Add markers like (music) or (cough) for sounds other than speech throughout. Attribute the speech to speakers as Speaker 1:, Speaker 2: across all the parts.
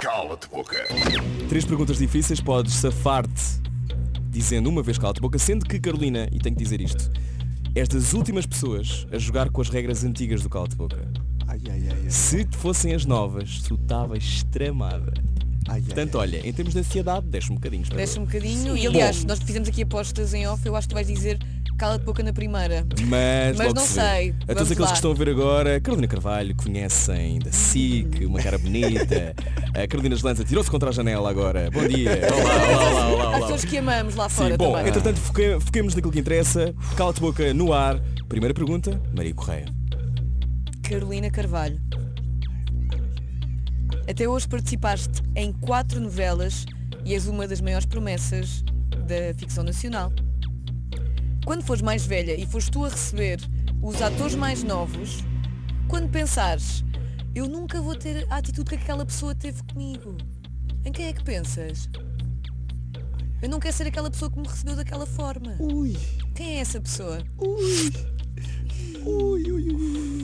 Speaker 1: Cala-te boca.
Speaker 2: Três perguntas difíceis, podes safar-te dizendo uma vez cala-te boca, sendo que Carolina, e tenho que dizer isto, és das últimas pessoas a jogar com as regras antigas do cala-te boca.
Speaker 3: Ai, ai, ai, ai.
Speaker 2: Se te fossem as novas, tu estavas tramada.
Speaker 3: ai, ai,
Speaker 2: Portanto, olha, em termos de ansiedade, desce um bocadinho. espera.
Speaker 4: Desce um bocadinho.
Speaker 5: Sim.
Speaker 4: E aliás, nós fizemos aqui apostas em off. Eu acho que tu vais dizer cala-te boca na primeira.
Speaker 2: Mas,
Speaker 4: Mas
Speaker 2: logo
Speaker 4: não
Speaker 2: se vê.
Speaker 4: sei.
Speaker 2: A
Speaker 4: Vamos
Speaker 2: todos aqueles
Speaker 4: lá.
Speaker 2: que estão a ver agora, Carolina Carvalho, conhecem da SIC, uma cara bonita. A Carolina Gelanza tirou-se contra a janela agora. Bom
Speaker 3: (laughs)
Speaker 2: dia. Olá, olá, olá, olá,
Speaker 4: Há
Speaker 2: olá.
Speaker 4: pessoas que amamos lá fora
Speaker 2: Sim, bom,
Speaker 4: também. é?
Speaker 2: entretanto, foque- foquemos naquilo que interessa. Cala-te boca no ar. Primeira pergunta, Maria Correia.
Speaker 4: Carolina Carvalho. Até hoje participaste em quatro novelas e és uma das maiores promessas da ficção nacional. Quando fores mais velha e fores tu a receber os atores mais novos, quando pensares, eu nunca vou ter a atitude que aquela pessoa teve comigo, em quem é que pensas? Eu não quero ser aquela pessoa que me recebeu daquela forma.
Speaker 3: Ui,
Speaker 4: Quem é essa pessoa?
Speaker 3: ui, ui, ui.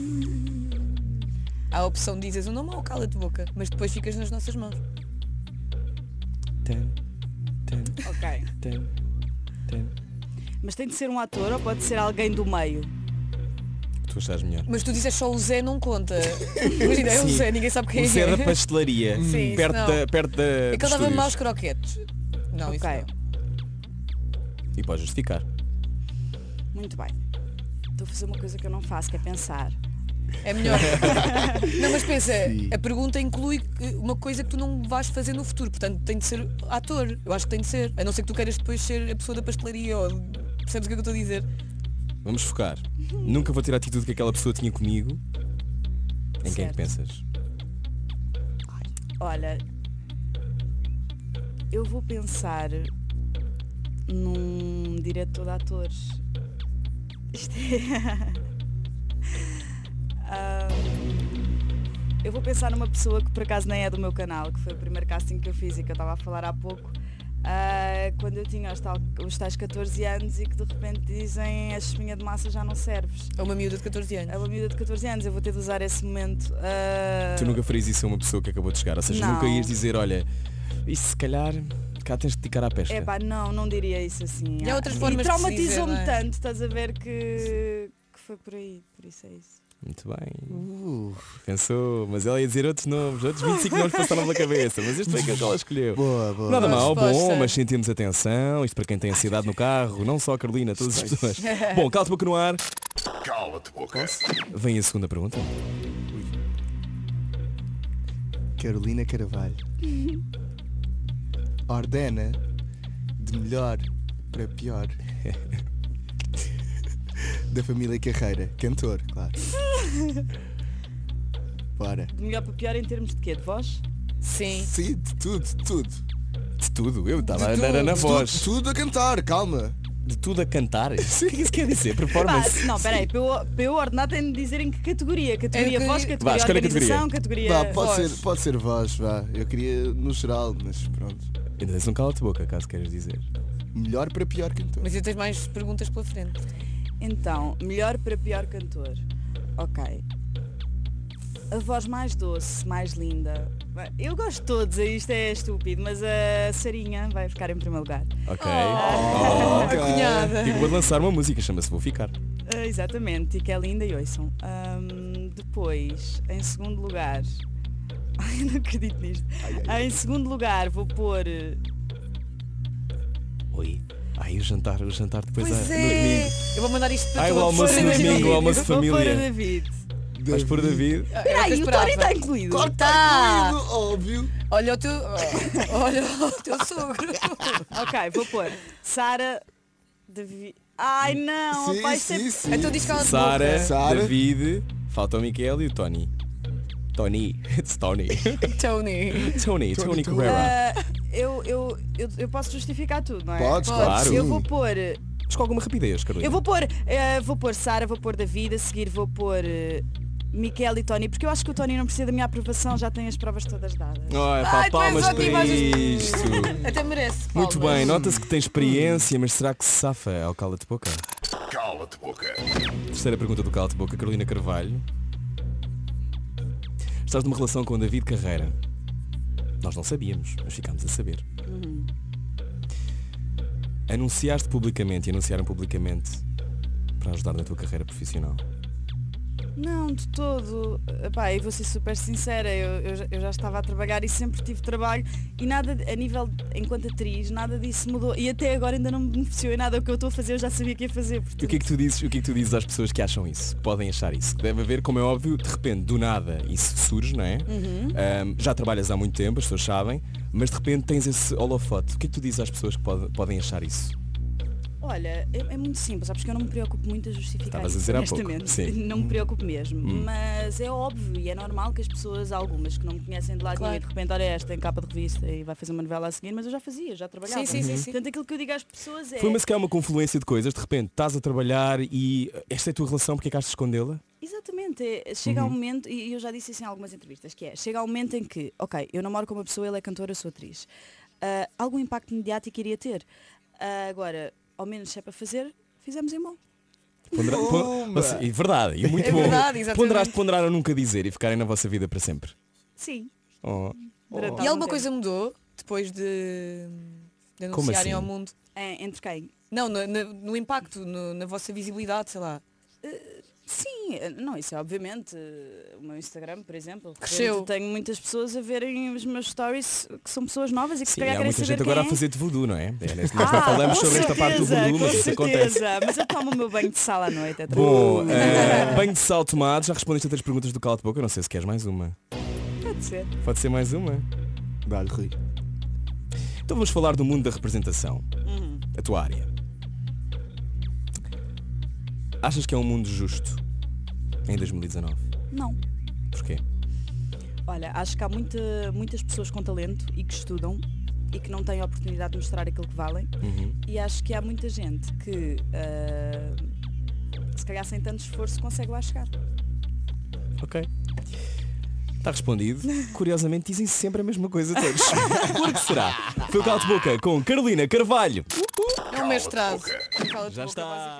Speaker 4: Há a opção de dizes o nome ou cala-te boca, mas depois ficas nas nossas mãos.
Speaker 5: Ok. Mas tem de ser um ator ou pode ser alguém do meio?
Speaker 2: Tu estás melhor.
Speaker 4: Mas tu dizes só o Zé não
Speaker 3: (laughs)
Speaker 4: conta. Imagina, é o
Speaker 2: Sim.
Speaker 4: Zé, ninguém sabe quem
Speaker 2: O Zé
Speaker 4: é.
Speaker 2: Um da pastelaria.
Speaker 4: (laughs) Sim,
Speaker 2: perto
Speaker 4: isso não.
Speaker 2: da. Perto da
Speaker 4: É
Speaker 2: dos
Speaker 4: que ele dava
Speaker 2: estúdios.
Speaker 4: maus croquetes. Não, isso
Speaker 5: Ok.
Speaker 4: não.
Speaker 2: E pode justificar.
Speaker 5: Muito bem. Estou a fazer uma coisa que eu não faço, que é pensar.
Speaker 4: É
Speaker 3: (laughs)
Speaker 4: melhor. não, mas pensa, a pergunta inclui eh, uma coisa que tu não vais fazer no futuro. Portanto, tem de ser ator. Eu acho que tem de ser. A não ser que tu queiras depois ser a pessoa da pastelaria ou... Percebes o que é que eu estou a dizer?
Speaker 2: Vamos focar. Nunca vou ter a atitude que aquela pessoa tinha comigo. Em quem é que
Speaker 5: Certo.
Speaker 2: pensas?
Speaker 5: Olha, eu vou pensar num diretor de atores. Isto (laughs) é- Ahm, eu vou pensar numa pessoa que por acaso nem é do meu canal, que foi o primeiro casting que eu fiz e que eu estava a falar há pouco. ah, quando eu tinha os, tal, os tais 14 anos e que de repente dizem a espinha de massa já não serves.
Speaker 4: É uma miúda de 14 anos.
Speaker 5: É uma miúda de 14 anos, eu vou ter de usar esse momento. ah,
Speaker 2: Tu nunca farias isso a uma pessoa que acabou de chegar. Ou seja, nunca
Speaker 5: Não.
Speaker 2: ias dizer, olha, isso se calhar cá tens de ticar à pesca.
Speaker 5: É pá, não, não diria isso assim.
Speaker 4: E há outras
Speaker 5: Ah,
Speaker 4: formas de
Speaker 5: E
Speaker 4: se
Speaker 5: traumatizou-me
Speaker 4: dizer, não é?
Speaker 5: tanto, estás a ver que, que foi por aí, por isso é isso.
Speaker 2: Muito bem. Pensou, mas ela ia dizer outros nomes, outros 25 nomes passaram pela cabeça, mas este foi aquele que ela escolheu.
Speaker 3: Boa, boa.
Speaker 2: Nada
Speaker 4: Boa
Speaker 2: mal,
Speaker 4: resposta.
Speaker 2: bom, mas sentimos atenção, isto para quem tem ansiedade no carro, não só a Carolina, todas as pessoas. Bom, cala-te boca no ar,
Speaker 1: Cala-te boca.
Speaker 2: vem a segunda pergunta.
Speaker 3: Carolina Carvalho. Ordena de melhor para pior. da família Carreira. Cantor, claro. Bora.
Speaker 5: De melhor para pior em termos de quê? De voz?
Speaker 4: Sim.
Speaker 3: Sim, de tudo, de tudo. De
Speaker 2: De tudo, eu estava a andar na
Speaker 3: tudo, de
Speaker 2: voz.
Speaker 3: tudo a cantar, calma.
Speaker 2: De tudo a (laughs) cantar? O que é que isso quer dizer?
Speaker 5: Pá,
Speaker 2: Performance?
Speaker 5: não, peraí, para eu, para eu ordenar tem de dizer em que categoria. Categoria
Speaker 4: que-
Speaker 5: voz,
Speaker 4: Vá,
Speaker 5: categoria
Speaker 2: escolhe a
Speaker 5: organização, categoria.
Speaker 3: Vá, pode
Speaker 4: voz.
Speaker 3: ser, pode ser voz, vá. Eu queria no geral, mas pronto.
Speaker 2: Ainda tens um cala-te boca, caso queiras dizer.
Speaker 3: Melhor para pior cantor.
Speaker 4: Mas eu tenho mais perguntas pela frente.
Speaker 5: Então, melhor para pior cantor. Ok. A voz mais doce, mais linda. Bem, Eu gosto de todos, isto é estúpido, mas a Sarinha vai ficar em primeiro lugar.
Speaker 2: Ok.
Speaker 4: Oh.
Speaker 3: Ok.
Speaker 4: Ah, Cunhada.
Speaker 2: Digo, vou lançar uma música, chama-se Vou Ficar.
Speaker 5: Ah, exatamente, e que é linda e ouçam. Ahm, depois, em segundo lugar. (laughs) Ai, eu não acredito nisto. Ah, em segundo lugar vou pôr. eh,
Speaker 2: Oi. Ai, o jantar, o jantar depois
Speaker 4: Pois
Speaker 2: a-
Speaker 4: é.
Speaker 2: no domingo.
Speaker 4: Eu vou mandar isto para
Speaker 2: Ai, o
Speaker 4: todos.
Speaker 2: almoço
Speaker 5: pôr a
Speaker 2: no
Speaker 5: David.
Speaker 2: domingo, o almoço de
Speaker 5: vou pôr a
Speaker 2: família.
Speaker 5: David.
Speaker 2: Vais pôr David.
Speaker 4: Era Ah, é o que eu
Speaker 5: Peraí, o
Speaker 4: esperava.
Speaker 5: Tony está incluído.
Speaker 3: Claro que
Speaker 4: Tá.
Speaker 3: tá incluído, óbvio.
Speaker 4: Olha o teu. Olha o teu sogro.
Speaker 5: Ok, vou pôr. Sara David. Ai não,
Speaker 3: Sim,
Speaker 5: rapaz,
Speaker 3: sim,
Speaker 5: sempre-
Speaker 3: sim.
Speaker 4: Então diz cala-te
Speaker 2: Sara,
Speaker 4: boca.
Speaker 3: Sara.
Speaker 2: David, falta o Miquel e o Tony. Tony. It's Tony.
Speaker 4: Tony.
Speaker 2: Tony, Tony
Speaker 3: Tony, Tony.
Speaker 2: Carrera.
Speaker 5: Ah, eu, eu, eu, eu posso justificar tudo, não é?
Speaker 3: Podes, claro.
Speaker 5: Eu vou pôr. eh,
Speaker 2: Mas com alguma rapidez, Carolina.
Speaker 5: Eu vou pôr, eh, vou pôr Sara, vou pôr David, a seguir vou pôr eh, Miquel e Tony, porque eu acho que o Tony não precisa da minha aprovação, já tem as provas todas dadas.
Speaker 2: Ai, pá,
Speaker 4: Ai, tu és
Speaker 2: palmas
Speaker 4: ótimo,
Speaker 2: para
Speaker 4: mas-
Speaker 2: isto.
Speaker 4: (laughs) Até merece.
Speaker 2: Muito
Speaker 4: palmas.
Speaker 2: bem, é nota-se que tem experiência, mas será que se safa ao cala-te boca?
Speaker 1: Cala-te boca.
Speaker 2: Terceira pergunta do Cala-te Boca, Carolina Carvalho. Estás numa relação com o David Carreira. Nós não sabíamos, mas ficámos a saber. Anunciaste publicamente e anunciaram publicamente para ajudar na tua carreira profissional.
Speaker 5: Não, de todo. Epá, eu vou ser super sincera, eu, eu já- eu já estava a trabalhar e sempre tive trabalho e nada, de- a nível, de- enquanto atriz, nada disso mudou e até agora ainda não me beneficiou em nada o que eu estou a fazer, eu já sabia que ia fazer. Portanto,
Speaker 2: E o que é que tu dizes, o que é que tu dizes às pessoas que acham isso, que podem achar isso? Que deve haver, como é óbvio, de repente, do nada, isso surge, não é? Ahm, já trabalhas há muito tempo, as pessoas sabem, mas de repente tens esse holofote. O que é que tu dizes às pessoas que pode- podem achar isso?
Speaker 5: Olha, é, é muito simples, sabes que eu não me preocupo muito a justificar
Speaker 2: Estavas a
Speaker 5: isso,
Speaker 2: dizer há pouco,
Speaker 5: honestamente.
Speaker 2: sim. Hum.
Speaker 5: (laughs) Não me preocupo mesmo. Mas é óbvio e é normal que as pessoas, algumas que não me conhecem de lado nenhum, e de repente, olha esta em capa de revista e vai fazer uma novela a seguir, mas eu já fazia, já trabalhava.
Speaker 4: Sim, sim, sim, Uhum. sim.
Speaker 5: Portanto, aquilo que eu digo às pessoas é.
Speaker 2: Foi uma, se calhar, uma confluência de coisas, de repente estás a trabalhar e eh, esta é a tua relação, porque é que has de escondê-la?
Speaker 5: Exatamente, é- chega
Speaker 2: Uhum.
Speaker 5: um momento, e eu já disse isso em algumas entrevistas, que é, chega um momento em que, ok, eu namoro com uma pessoa, ele é cantor, eu sou atriz. Ah, algum impacto mediático iria ter. Ah, agora, ao menos se é para fazer, fizemos em bom.
Speaker 2: Pondera- pon-
Speaker 3: Pumba!
Speaker 2: Assim, é verdade, e muito
Speaker 4: É
Speaker 2: bom.
Speaker 4: verdade, exatamente.
Speaker 2: Ponderaste, ponderaram nunca dizer e ficarem na vossa vida para sempre.
Speaker 5: Sim.
Speaker 2: Oh.
Speaker 5: durante
Speaker 4: E
Speaker 5: algum
Speaker 4: alguma
Speaker 5: tempo.
Speaker 4: coisa mudou depois de, de
Speaker 2: Como assim?
Speaker 4: anunciarem ao mundo?
Speaker 5: É, entre quem?
Speaker 4: Não, na- na- no impacto, no- na vossa visibilidade, sei lá.
Speaker 5: Sim, eh, não, isso é obviamente. eh, O meu Instagram, por exemplo, de repente
Speaker 4: Cresceu.
Speaker 5: Tenho muitas pessoas a verem os meus stories que são pessoas novas e que se
Speaker 2: Sim,
Speaker 5: calhar
Speaker 2: há
Speaker 5: querem
Speaker 2: muita
Speaker 5: saber
Speaker 2: gente
Speaker 5: quem
Speaker 2: agora
Speaker 5: é.
Speaker 2: a fazer de voodoo, não é? É, Nós
Speaker 5: Ah,
Speaker 2: não falamos
Speaker 5: com
Speaker 2: sobre esta parte do
Speaker 5: certeza,
Speaker 2: voodoo, mas
Speaker 5: com
Speaker 2: isso acontece.
Speaker 5: certeza. Mas eu tomo o meu banho de sala à noite. é
Speaker 2: Bom,
Speaker 5: tranquilo.
Speaker 2: eh, banho de sal tomado, já respondeste a três perguntas do cala de boca, eu não sei se queres mais uma.
Speaker 5: Pode ser.
Speaker 2: Pode ser mais uma.
Speaker 3: Dá-lhe, Rui.
Speaker 2: Então vamos falar do mundo da representação. A tua área. Achas que é um mundo justo em 2019?
Speaker 5: Não.
Speaker 2: Porquê?
Speaker 5: Olha, acho que há muita- muitas pessoas com talento e que estudam e que não têm a oportunidade de mostrar aquilo que valem.
Speaker 2: Uhum.
Speaker 5: E acho que há muita gente que, eh, se calhar sem tanto esforço, consegue lá chegar.
Speaker 2: Ok. Está respondido. Curiosamente dizem sempre a mesma coisa a todos. Por que será? Foi o Cala de Boca com Carolina Carvalho.
Speaker 4: É um mestrado.
Speaker 1: boca.
Speaker 4: Cala-te
Speaker 2: Já
Speaker 4: boca,
Speaker 2: está.